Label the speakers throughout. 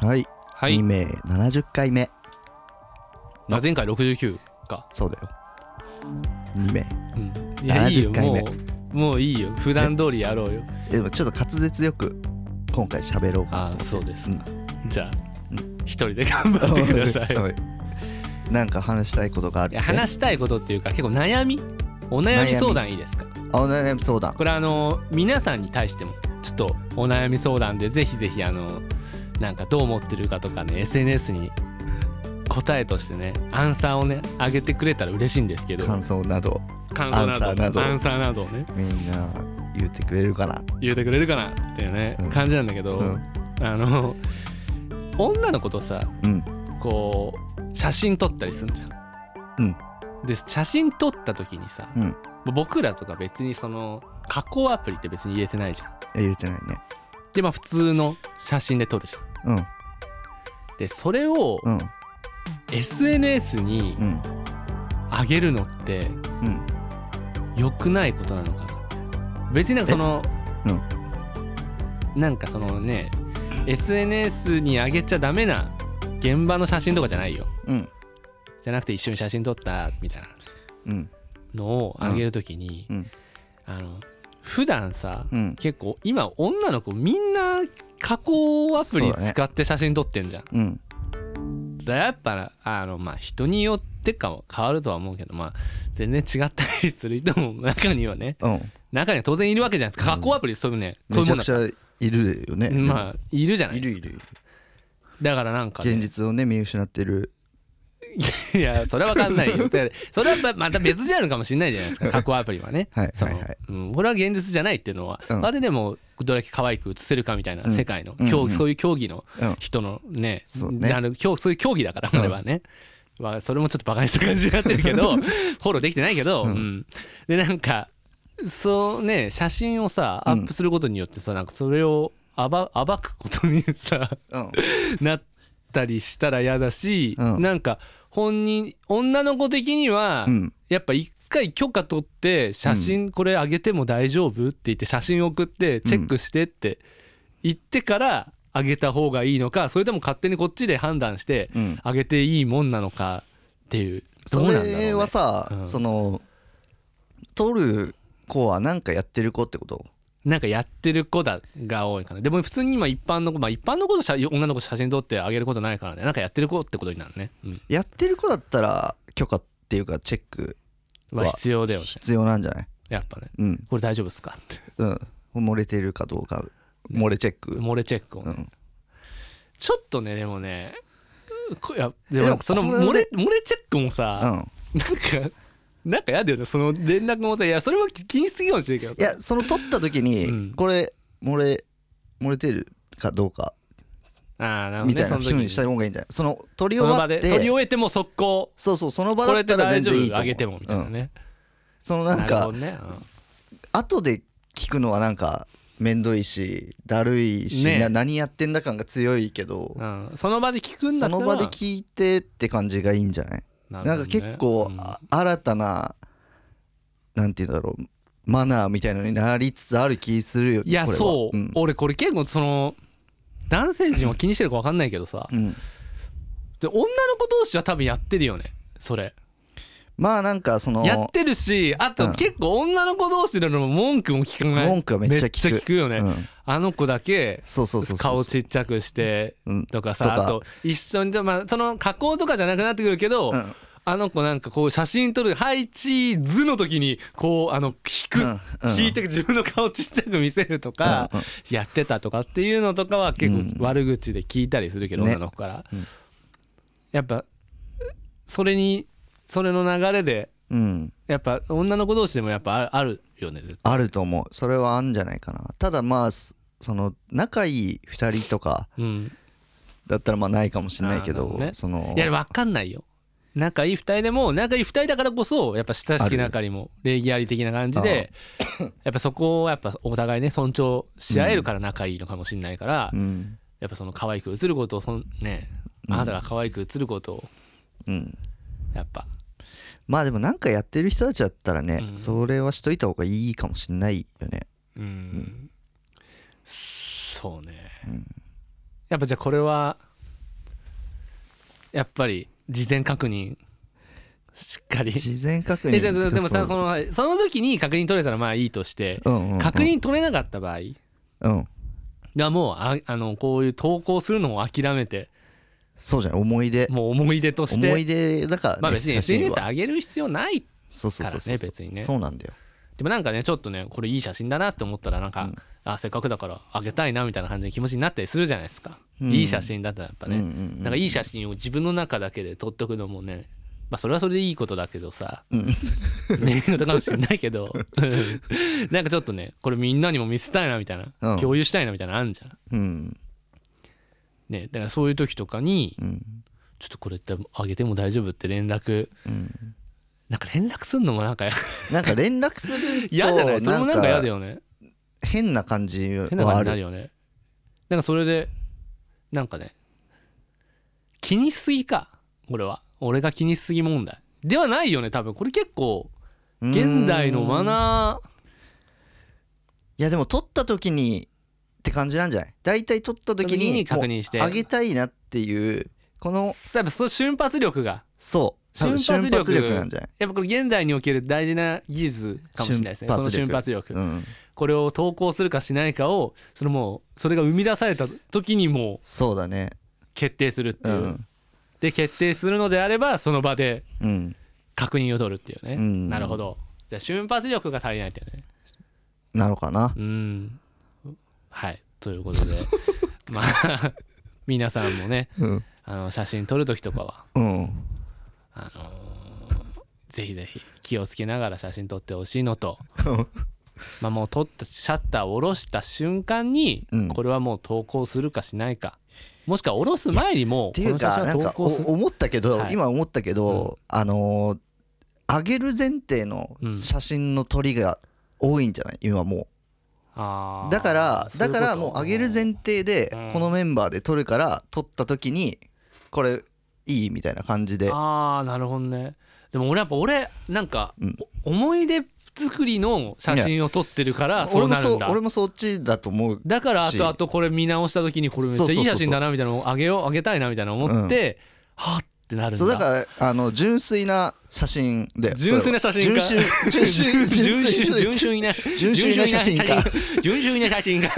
Speaker 1: はい、
Speaker 2: は
Speaker 1: 2
Speaker 2: い。
Speaker 1: 名70回目
Speaker 2: あ前回69か。
Speaker 1: そうだよ2名
Speaker 2: うん。いや、いいよ。
Speaker 1: 70回
Speaker 2: も
Speaker 1: 目
Speaker 2: う、もういいよ。普段通りやろうよ。
Speaker 1: でもちょっと滑舌よく今回喋ろうかな
Speaker 2: あ
Speaker 1: と
Speaker 2: あ、そうですか。じゃあ
Speaker 1: う、
Speaker 2: 一人で頑張ってくださ い。
Speaker 1: おいなんか話したいことがある
Speaker 2: い
Speaker 1: っ
Speaker 2: や
Speaker 1: て
Speaker 2: 話したいことっていうか、結構悩みお悩み相談いいですか
Speaker 1: あお悩み相談
Speaker 2: これあの皆さんに対してもちょっとお悩み相談でぜひぜひあのなんかどう思ってるかとかね SNS に答えとしてねアンサーをね上げてくれたら嬉しいんですけど
Speaker 1: 感想など
Speaker 2: 感想な
Speaker 1: アン
Speaker 2: ど
Speaker 1: サーなど
Speaker 2: アンサーなどをね
Speaker 1: みんな言ってくれるかな
Speaker 2: 言うてくれるかなっていうね、
Speaker 1: うん
Speaker 2: 感じなんだけど、
Speaker 1: うん
Speaker 2: あの女の子とさ
Speaker 1: うん
Speaker 2: こう写真撮ったりすんじゃん。で写真撮った時にさ、
Speaker 1: うん
Speaker 2: 僕らとか別にその加工アプリって別に入れてないじゃん。
Speaker 1: 入れてないね
Speaker 2: でまあ普通の写真で撮るじゃん。
Speaker 1: うん
Speaker 2: でそれを
Speaker 1: うん
Speaker 2: SNS に
Speaker 1: うん
Speaker 2: 上げるのって
Speaker 1: うん
Speaker 2: 良くないことなのかな別になんかその、
Speaker 1: え
Speaker 2: なんかそのね SNS に上げちゃダメな現場の写真とかじゃないよ
Speaker 1: うん
Speaker 2: じゃなくて一緒に写真撮ったみたいな
Speaker 1: うん
Speaker 2: のを上げるときに、
Speaker 1: うんうん
Speaker 2: あの普段さ、
Speaker 1: うん
Speaker 2: 結構今女の子みんな加工アプ
Speaker 1: そ
Speaker 2: リ
Speaker 1: うだね
Speaker 2: 使って写真撮ってんじゃん
Speaker 1: うん
Speaker 2: だやっぱあのまあ人によってかも変わるとは思うけどまあ全然違ったりする人も中にはね
Speaker 1: うん
Speaker 2: 中には当然いるわけじゃないですか加工アプリそういうね、そう
Speaker 1: め
Speaker 2: いう
Speaker 1: ち
Speaker 2: も
Speaker 1: ゃ
Speaker 2: ん
Speaker 1: く
Speaker 2: だ
Speaker 1: ちゃいるよね
Speaker 2: まあいるじゃない
Speaker 1: い
Speaker 2: で
Speaker 1: る
Speaker 2: す
Speaker 1: い
Speaker 2: か
Speaker 1: る
Speaker 2: だからなんか、ね、
Speaker 1: 現実をね見失ってる
Speaker 2: いやそれは分かんない よだからそれはままた別ジャンルかもしれないじゃないですか加工アプリはね
Speaker 1: はいはい
Speaker 2: その
Speaker 1: はい
Speaker 2: うん、これは現実じゃないっていうのは、
Speaker 1: うん
Speaker 2: あれでもどれだけ可愛く映せるかみたいな
Speaker 1: うん
Speaker 2: 世界の、
Speaker 1: うん
Speaker 2: 競
Speaker 1: うん
Speaker 2: そういう競技の
Speaker 1: うん
Speaker 2: 人のね,、
Speaker 1: そうね
Speaker 2: ジャンル競そういう競技だからこれはね、まあそれもちょっとバカにした感じになってるけ どフォローできてないけど、うんでなんかそうね写真をさアップすることによってさ、なんかそれを暴暴くことにさ
Speaker 1: うん
Speaker 2: なったりしたら嫌だし、
Speaker 1: うん
Speaker 2: なんか本人女の子的には、
Speaker 1: うん
Speaker 2: やっぱ一回許可取って写真これあげても大丈夫って言って写真送ってチェックしてって言ってからあげた方がいいのかそれとも勝手にこっちで判断して
Speaker 1: うん
Speaker 2: あげていいもんなのかっていうどう
Speaker 1: そ
Speaker 2: なんだろう、ね、
Speaker 1: れはさ、
Speaker 2: うん
Speaker 1: その撮る子は何かやってる子ってこと
Speaker 2: なんかやってる子だが多いかなでも普通に今一般の子、まあ、一般の子と写女の子と写真撮ってあげることないからねなんかやってる子ってことになるね、うん
Speaker 1: やってる子だったら許可っていうかチェック
Speaker 2: は必要だよね
Speaker 1: 必要なんじゃない
Speaker 2: やっぱね
Speaker 1: うん
Speaker 2: これ大丈夫ですかって
Speaker 1: うん漏れてるかどうか漏れチェック
Speaker 2: 漏れチェックをね、
Speaker 1: うん
Speaker 2: ちょっとねでもねこいや
Speaker 1: い
Speaker 2: で
Speaker 1: や
Speaker 2: もその
Speaker 1: これ
Speaker 2: 漏れ漏れチェックも
Speaker 1: う
Speaker 2: さ、
Speaker 1: ん
Speaker 2: なんかなんか嫌だよねその連絡もさいやそれは気にしすぎかもしれないけどさ
Speaker 1: いやその撮った時
Speaker 2: う
Speaker 1: に
Speaker 2: ん
Speaker 1: これ漏れ漏れてるかどうか
Speaker 2: ああなるほ
Speaker 1: み
Speaker 2: ど
Speaker 1: た
Speaker 2: ね
Speaker 1: いな
Speaker 2: その
Speaker 1: ふ
Speaker 2: 時
Speaker 1: う
Speaker 2: に
Speaker 1: にした方がいいんじゃないその撮り
Speaker 2: そ
Speaker 1: 終
Speaker 2: の
Speaker 1: わ
Speaker 2: 場
Speaker 1: っ
Speaker 2: で取り
Speaker 1: て
Speaker 2: 終えても速攻
Speaker 1: そうそうその場
Speaker 2: こ
Speaker 1: だ
Speaker 2: れ
Speaker 1: った
Speaker 2: で
Speaker 1: ら全
Speaker 2: 大丈
Speaker 1: 然いい
Speaker 2: 夫
Speaker 1: と
Speaker 2: あ
Speaker 1: 思う
Speaker 2: げてもみたいなね、
Speaker 1: うんそのなん
Speaker 2: なる
Speaker 1: か
Speaker 2: ほどね、うん
Speaker 1: 後で聞くのはなんかめんどいしだるいし、
Speaker 2: ね
Speaker 1: な何やってんだ感が強いけど、
Speaker 2: うんその場で聞くん
Speaker 1: そ
Speaker 2: だった
Speaker 1: の場
Speaker 2: ら
Speaker 1: で聞いてって感じがいいんじゃない
Speaker 2: なる
Speaker 1: な
Speaker 2: ほ
Speaker 1: ん
Speaker 2: ど
Speaker 1: か
Speaker 2: ね
Speaker 1: 結構、
Speaker 2: うん
Speaker 1: あ新たななんて言うんだろうマナーみたいのになりつつある気するよ
Speaker 2: いや
Speaker 1: これは
Speaker 2: そう、
Speaker 1: ん
Speaker 2: 俺これ結構その男性陣は気にしてるか分かんないけどさ、
Speaker 1: うん
Speaker 2: で女の子同士は多分やってるよねそれ
Speaker 1: まあなんかその
Speaker 2: やってるしあ
Speaker 1: う
Speaker 2: と
Speaker 1: ん
Speaker 2: 結構女の子同士での文句も聞かない
Speaker 1: 文句はめっちゃ聞く
Speaker 2: めっちゃ聞くよね、
Speaker 1: うん
Speaker 2: あの子だけ
Speaker 1: そうそうそうそう
Speaker 2: 顔ちっちゃくして
Speaker 1: うん
Speaker 2: とかさ、
Speaker 1: とか
Speaker 2: あと一緒に、まあ、その加工とかじゃなくなってくるけど、
Speaker 1: うん
Speaker 2: あの子なんかこう写真撮る配置図の時にこうあの引く、
Speaker 1: うんうん
Speaker 2: 引いて自分の顔ちっちゃく見せるとか、
Speaker 1: うんうん
Speaker 2: やってたとかっていうのとかは結
Speaker 1: うん
Speaker 2: 構悪口で聞いたりするけど、
Speaker 1: ね
Speaker 2: 女の子から、
Speaker 1: うん
Speaker 2: やっぱそれにそれの流れで
Speaker 1: うん
Speaker 2: やっぱ女の子同士でもやっぱあるあるよね絶対
Speaker 1: あると思うそれはあんじゃないかなただまあそその仲いい2人とか
Speaker 2: うん
Speaker 1: だったらまあないかもしれないけ
Speaker 2: あーなる
Speaker 1: ど
Speaker 2: ほどね
Speaker 1: その
Speaker 2: いや分かんないよ仲いい2人でも仲いい2人だからこそやっぱ親しき中にも礼儀あり的な感じでやっぱそこをやっぱお互いね尊重し合えるから仲いいのかもしれないから、
Speaker 1: うん
Speaker 2: やっぱその可愛く映ることをそんねあなたが可愛く映ることを
Speaker 1: うん
Speaker 2: やっぱ
Speaker 1: まあでもなんかやってる人たちだったらね、
Speaker 2: うん
Speaker 1: それはしといた方がいいかもしんないよね
Speaker 2: うん、そうね、やっぱじゃあこれはやっぱり事前確認しっかり
Speaker 1: 事前確認
Speaker 2: えじゃあでもさ
Speaker 1: う
Speaker 2: そのその時に確認取れたらまあいいとして、
Speaker 1: うんうんうん
Speaker 2: 確認取れなかった場合
Speaker 1: うん
Speaker 2: がもうああのこういう投稿するのを諦めて
Speaker 1: そうじゃない思い出
Speaker 2: もう思い出として
Speaker 1: 思い出だからね、
Speaker 2: まあ別に
Speaker 1: 写真は
Speaker 2: SNS 上げる必要ない
Speaker 1: そうそうそうそう
Speaker 2: からね別にね
Speaker 1: そうなんだよ
Speaker 2: でもなんかねちょっとねこれいい写真だなって思ったらなんか、
Speaker 1: うん
Speaker 2: あせっかくだからあげたいなみたいな感じの気持ちになったりするじゃないですか、
Speaker 1: うん
Speaker 2: いい写真だったらやっぱね、
Speaker 1: うんうんうん
Speaker 2: なんかいい写真を自分の中だけで撮っとくのもねまあそれはそれでいいことだけどさ、
Speaker 1: うん
Speaker 2: ねいいことかもしれない けどうんなんかちょっとねこれみんなにも見せたいなみたいな、
Speaker 1: うん
Speaker 2: 共有したいなみたいなのあるじゃん
Speaker 1: うん
Speaker 2: ねだからそういう時とかに
Speaker 1: うん
Speaker 2: ちょっとこれってあげても大丈夫って連絡
Speaker 1: うん
Speaker 2: なんか連絡すんのもなんか
Speaker 1: なんか連絡する
Speaker 2: 嫌じゃない
Speaker 1: と
Speaker 2: それ
Speaker 1: な
Speaker 2: も
Speaker 1: ん
Speaker 2: なんか嫌だ
Speaker 1: か
Speaker 2: よね
Speaker 1: 変な感じ
Speaker 2: 変な
Speaker 1: は
Speaker 2: 感じ
Speaker 1: あ
Speaker 2: になる
Speaker 1: る
Speaker 2: よねなんかそれでなんかね気にしすぎかこれは俺が気にしすぎ問題ではないよね多分これ結構現代のマ
Speaker 1: ー
Speaker 2: ナー
Speaker 1: いやでも撮った時にって感じなんじゃない大体撮った時
Speaker 2: 時
Speaker 1: に
Speaker 2: に確認して
Speaker 1: もう上げたいなっていうこの
Speaker 2: やっぱその瞬発力が
Speaker 1: そう多分
Speaker 2: 瞬発
Speaker 1: 瞬
Speaker 2: 力
Speaker 1: 発力なんじゃない
Speaker 2: やっぱこれ現代における大事な技術かもしれないですね
Speaker 1: 瞬
Speaker 2: その
Speaker 1: 発力
Speaker 2: 瞬発力、
Speaker 1: うん
Speaker 2: これを投稿するかしないかをそのもうそれが生み出された時にも
Speaker 1: そうだね
Speaker 2: う決定するって
Speaker 1: う
Speaker 2: いう、
Speaker 1: ん
Speaker 2: で決定するのであればその場で
Speaker 1: うん
Speaker 2: 確認を取るっていうね、
Speaker 1: うん
Speaker 2: なるほどじゃあ瞬発力が足りないっていうね
Speaker 1: なのかな
Speaker 2: うんはいということで まあ皆さんもね
Speaker 1: うん
Speaker 2: あの写真撮る時とかは
Speaker 1: うん
Speaker 2: あのーぜひぜひ気をつけながら写真撮ってほしいのとまあもう撮ったシャッターを下ろした瞬間に、
Speaker 1: うん
Speaker 2: これはもう投稿するかしないかもしくは下ろす前に
Speaker 1: っ
Speaker 2: もう
Speaker 1: て
Speaker 2: こ
Speaker 1: い
Speaker 2: の
Speaker 1: う
Speaker 2: 写
Speaker 1: かな
Speaker 2: 真
Speaker 1: ん
Speaker 2: は
Speaker 1: か
Speaker 2: 投
Speaker 1: お
Speaker 2: 稿する
Speaker 1: 思ったけど、
Speaker 2: はい
Speaker 1: 今思ったけど、あのー上げる前提の
Speaker 2: うん
Speaker 1: 写真の撮りが多いんじゃない今も
Speaker 2: あ
Speaker 1: う
Speaker 2: ー
Speaker 1: だから
Speaker 2: そうい
Speaker 1: だ
Speaker 2: うこと
Speaker 1: からもう上げる前提で
Speaker 2: うん
Speaker 1: このメンバーで撮るから撮った時にこれいいみたいな感じで
Speaker 2: ああなるほどねでも俺やっぱ俺なんか、
Speaker 1: うん
Speaker 2: お思い出作りの写真を撮ってるからそ
Speaker 1: 俺
Speaker 2: う
Speaker 1: も
Speaker 2: なる
Speaker 1: そ
Speaker 2: ん
Speaker 1: う
Speaker 2: だ
Speaker 1: 俺もそっちだと思う
Speaker 2: だから
Speaker 1: し
Speaker 2: 後々これ見直した時にこれめっちゃ
Speaker 1: そう
Speaker 2: い
Speaker 1: そう
Speaker 2: い
Speaker 1: そうそう
Speaker 2: 写真だなみたいなのをあげようあげたいなみたいなのを思って、はっってなるんだ
Speaker 1: そうだからあの純粋な写真で
Speaker 2: 純粋な写真
Speaker 1: 純
Speaker 2: か
Speaker 1: 粋純粋純
Speaker 2: 純
Speaker 1: 粋
Speaker 2: 粋純
Speaker 1: 純粋
Speaker 2: 粋な
Speaker 1: 純粋な写真家
Speaker 2: 純粋な写真家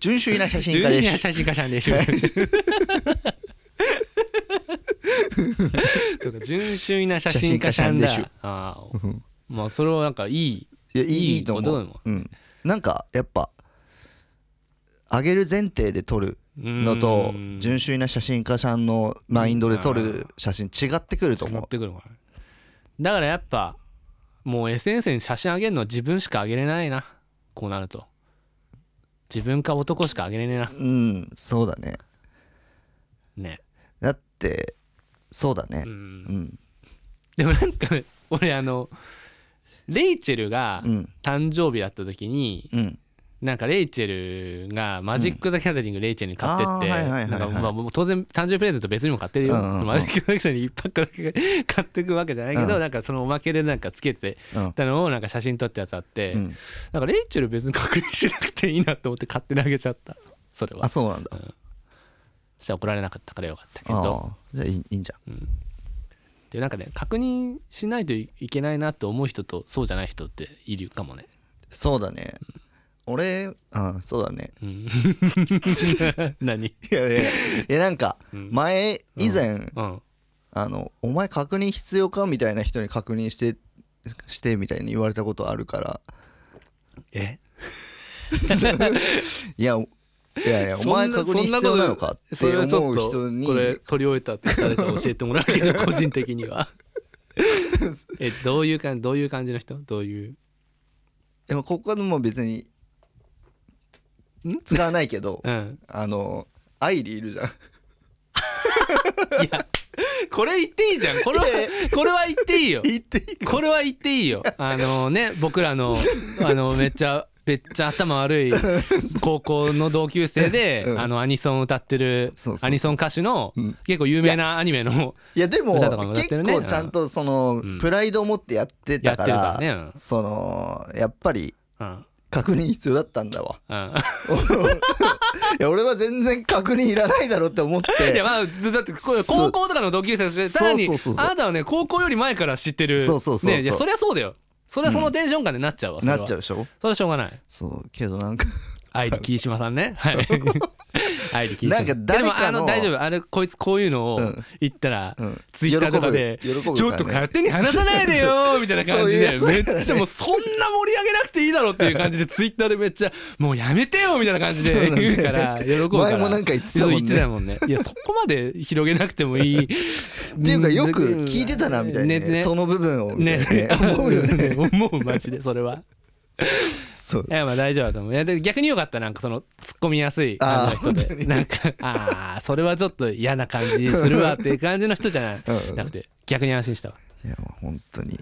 Speaker 1: 純粋な写真
Speaker 2: 純
Speaker 1: 家
Speaker 2: 粋な
Speaker 1: です
Speaker 2: 写真家さんでしょとか純粋な写真家さんだ
Speaker 1: 写真家さ
Speaker 2: ああまあそれはなんかいい
Speaker 1: いやいい
Speaker 2: いい
Speaker 1: いいと
Speaker 2: こと
Speaker 1: 思
Speaker 2: だ
Speaker 1: う
Speaker 2: も、
Speaker 1: うん、なんかやっぱ上げる前提で撮るのと
Speaker 2: うん
Speaker 1: 純粋な写真家さんのマインドで撮る写真違ってくると
Speaker 2: 持っ
Speaker 1: 思
Speaker 2: てくるもんだからやっぱもう SNS に写真あげるのは自分しかあげれないなこうなると自分か男しかあげれねえな
Speaker 1: ううんそうだね
Speaker 2: ね
Speaker 1: だってそうだね
Speaker 2: うん
Speaker 1: うん
Speaker 2: でもなんか俺あのレイチェルが
Speaker 1: うん
Speaker 2: 誕生日だった時に
Speaker 1: うん
Speaker 2: なんかレイチェルがマジック・ザ・ギャザリングレイチェルに買って
Speaker 1: あーはいはいはいは
Speaker 2: っ
Speaker 1: い
Speaker 2: てなんかまあもう当然誕生日プレゼント別にも買ってるよ
Speaker 1: うんうんうん
Speaker 2: マジック・ザ・ギャザリング1パックだけ買ってくわけじゃないけ
Speaker 1: う
Speaker 2: ど
Speaker 1: ん
Speaker 2: なんかそのおまけでなんかつけて
Speaker 1: うん
Speaker 2: たのをなんか写真撮ったやつあって
Speaker 1: うん
Speaker 2: なんかレイチェル別に確認しなくていいなと思って勝手にあげちゃったそれは
Speaker 1: あそうなんだ
Speaker 2: そしたら怒られなかったからよかったけ
Speaker 1: あ
Speaker 2: ど
Speaker 1: あじゃあいいいいんじゃん
Speaker 2: でなんかね確認しないといけないなと思う人とそうじゃない人っているかもね
Speaker 1: そうだね俺あそうだね
Speaker 2: うん 何
Speaker 1: いやい やいやなんか前以前
Speaker 2: うん
Speaker 1: あのお前確認必要かみたいな人に確認してしてみたいに言われたことあるから
Speaker 2: え
Speaker 1: いやいやいやお前確認必要なのかって思う人に
Speaker 2: これ取り終えたって誰か教えてもらうけど個人的に はえどういう感じどういう感じの人どういう
Speaker 1: でもここでも別に
Speaker 2: ん
Speaker 1: 使わないけど
Speaker 2: うん
Speaker 1: あのアイリーいるじゃん
Speaker 2: いやこれ言っていいじゃんこれはこれは言っていいよ
Speaker 1: 言っていい
Speaker 2: これは言っていいよ。あのね、僕らの、あの、めっちゃ、めっちゃ頭悪い高校の同級生で、
Speaker 1: うん
Speaker 2: あの、アニソン歌ってる
Speaker 1: そうそうそう、そう
Speaker 2: アニソン歌手の
Speaker 1: うん、
Speaker 2: 結構有名なアニメの、
Speaker 1: いやでも
Speaker 2: 歌とかも歌っ
Speaker 1: 結
Speaker 2: てるね
Speaker 1: 構ちゃんとその
Speaker 2: うん
Speaker 1: プライドを持ってやって
Speaker 2: や
Speaker 1: た
Speaker 2: っ
Speaker 1: か
Speaker 2: てるかららね。
Speaker 1: そのやっぱり
Speaker 2: うん。
Speaker 1: 確認必要だったんだわ
Speaker 2: うん
Speaker 1: いや俺は全然確認いらないだろうって思っ
Speaker 2: いや
Speaker 1: て
Speaker 2: まあだってこ
Speaker 1: そう
Speaker 2: れ高校とかの同級生としてさらに
Speaker 1: そうそうそうそう
Speaker 2: あなたはね高校より前から知ってる
Speaker 1: そうそうそうそう
Speaker 2: ねいやそりゃそうだよそれはそのテンション感でなっちゃうわそれ
Speaker 1: な
Speaker 2: は
Speaker 1: っちゃうでしょ
Speaker 2: それはしょうがない
Speaker 1: そうけどなんか
Speaker 2: 愛理桐島さんねはい愛理桐島
Speaker 1: なんか誰かの
Speaker 2: でもあの大丈夫あれこいつこういうのを
Speaker 1: うん
Speaker 2: 言ったら、
Speaker 1: うん
Speaker 2: ツイッターとかで
Speaker 1: 喜ぶ喜ぶからね
Speaker 2: ちょっと勝手に話さないでよーみたいな感じで
Speaker 1: そう
Speaker 2: め
Speaker 1: いうや
Speaker 2: っ
Speaker 1: つだからね
Speaker 2: ちゃもうそんな盛り上げなくていいだろっていう感じでツイッターでめっちゃもうやめてよみたいな感じ
Speaker 1: そう
Speaker 2: で
Speaker 1: なんだよ
Speaker 2: 言
Speaker 1: ね
Speaker 2: うから喜ぶから
Speaker 1: 前もなんか言ってたもんね
Speaker 2: そう言ってたもんねいやそこまで広げなくてもいいって
Speaker 1: って
Speaker 2: い
Speaker 1: いうかよく聞いてたなみたいなねその部分をみた
Speaker 2: ね
Speaker 1: いなね思うよね
Speaker 2: 思うマジでそれは
Speaker 1: そう
Speaker 2: いやまあ大丈夫だと思ういやで逆によかったなんかその突っ込みやすい感じの人でなんかああそれはちょっと嫌な感じするわっていう感じの人じゃない
Speaker 1: うんうん
Speaker 2: なくて逆に安心したわ
Speaker 1: いやもう本当に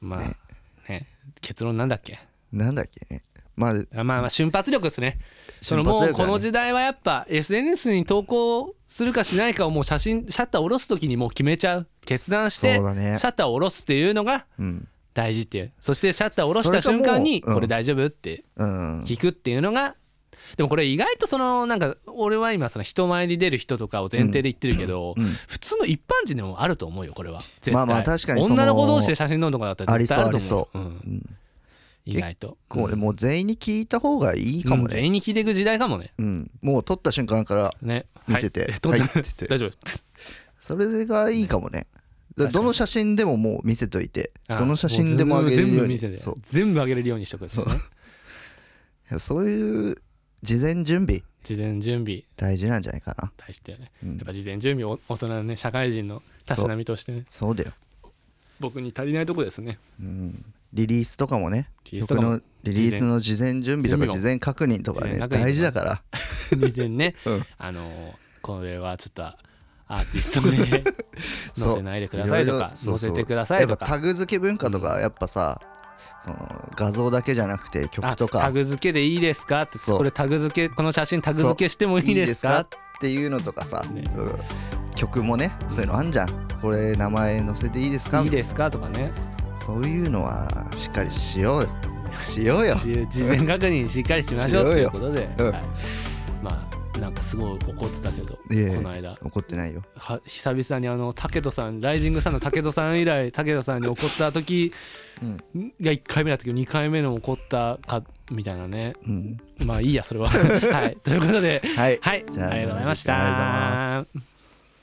Speaker 2: まあね結論なんだっけ
Speaker 1: なんだっけねまあ
Speaker 2: あまあまあ瞬発力ですねその
Speaker 1: 瞬
Speaker 2: も
Speaker 1: 発
Speaker 2: う
Speaker 1: 力だ
Speaker 2: こ
Speaker 1: ね
Speaker 2: の時代はやっぱ SNS に投稿するかしないかをもう写真シャッターを下ろす時にもう決めちゃう決断してシ
Speaker 1: そうだね
Speaker 2: ャッターを下ろすっていうのが
Speaker 1: うん
Speaker 2: 大事っていうそしてシャッターを下ろし
Speaker 1: それ
Speaker 2: た
Speaker 1: かも
Speaker 2: 瞬
Speaker 1: う
Speaker 2: 間に
Speaker 1: うん
Speaker 2: これ大丈夫って
Speaker 1: うん
Speaker 2: 聞くっていうのがでもこれ意外とそのなんか俺は今その人前に出る人とかを前提で言ってるけど、
Speaker 1: うん
Speaker 2: 普通の一般人でもあると思うよこれは絶対
Speaker 1: まあまあ確かにその
Speaker 2: 女の子同士で写真撮るとかだったら
Speaker 1: あり
Speaker 2: 絶
Speaker 1: そうあ
Speaker 2: 対ある
Speaker 1: り
Speaker 2: と思
Speaker 1: そうう
Speaker 2: よ
Speaker 1: う
Speaker 2: うん
Speaker 1: ん
Speaker 2: 意外と
Speaker 1: これもう全員に聞いた方がいいかも
Speaker 2: うん全
Speaker 1: ね
Speaker 2: 員に聞いていく時代かもね
Speaker 1: うんもう撮った瞬間から
Speaker 2: ね
Speaker 1: 見せて
Speaker 2: はいえ撮って
Speaker 1: はいって言って
Speaker 2: 大丈夫
Speaker 1: それがいいかもねだからどの写真でももう見せといて
Speaker 2: あ
Speaker 1: どの写真でもあげれるよう
Speaker 2: もう全部
Speaker 1: に
Speaker 2: 見せて
Speaker 1: そう
Speaker 2: 全部あげれるようにしとくんですね
Speaker 1: いやそういう事前準備
Speaker 2: 事前準備
Speaker 1: 大事なんじゃないかな
Speaker 2: 大してね
Speaker 1: う
Speaker 2: や
Speaker 1: ん
Speaker 2: っぱ事前準備を大人のね社会人のたしなみとしてね
Speaker 1: そうだよ、
Speaker 2: 僕に足りないとこですね
Speaker 1: うん、リリースとかもね
Speaker 2: リリースと
Speaker 1: 曲
Speaker 2: かも
Speaker 1: のリリースの事前準備とか事前確認とかね
Speaker 2: 事前確認
Speaker 1: 大事だから
Speaker 2: 事前ね、
Speaker 1: うん
Speaker 2: あのーこれはちょっとアーティス トで載せないでくださいとか
Speaker 1: そういろいろそうそう
Speaker 2: 載せてくださいとか
Speaker 1: やっぱタグ付け文化とかやっぱさ、その画像だけじゃなくて曲と
Speaker 2: あ
Speaker 1: か
Speaker 2: タグ付けでいいですかって
Speaker 1: そう
Speaker 2: これタグ付けこの写真タグ付けしてもいいですか
Speaker 1: っていうのとかさ、
Speaker 2: ね
Speaker 1: うん曲もねそういうのあんじゃんこれ名前載せていいですか
Speaker 2: いいですかとかね
Speaker 1: そういうのはしっかりしようよしようよ
Speaker 2: 事事前確認しっかりしましょうと
Speaker 1: し
Speaker 2: い
Speaker 1: よ
Speaker 2: う
Speaker 1: う
Speaker 2: ことで、
Speaker 1: うん
Speaker 2: はい、まあなんかすごい怒ってたけど
Speaker 1: いえいえ
Speaker 2: この間
Speaker 1: 怒ってないよ
Speaker 2: は久々にあの武人さんライジングさんの武人さん以来武人さんに怒った時
Speaker 1: うん
Speaker 2: が1回目だったけど2回目の怒ったかみたいなね
Speaker 1: うん
Speaker 2: まあいいやそれははいということで
Speaker 1: はい
Speaker 2: はい、
Speaker 1: じゃあ
Speaker 2: ありがとうございました。
Speaker 1: ありがとうございます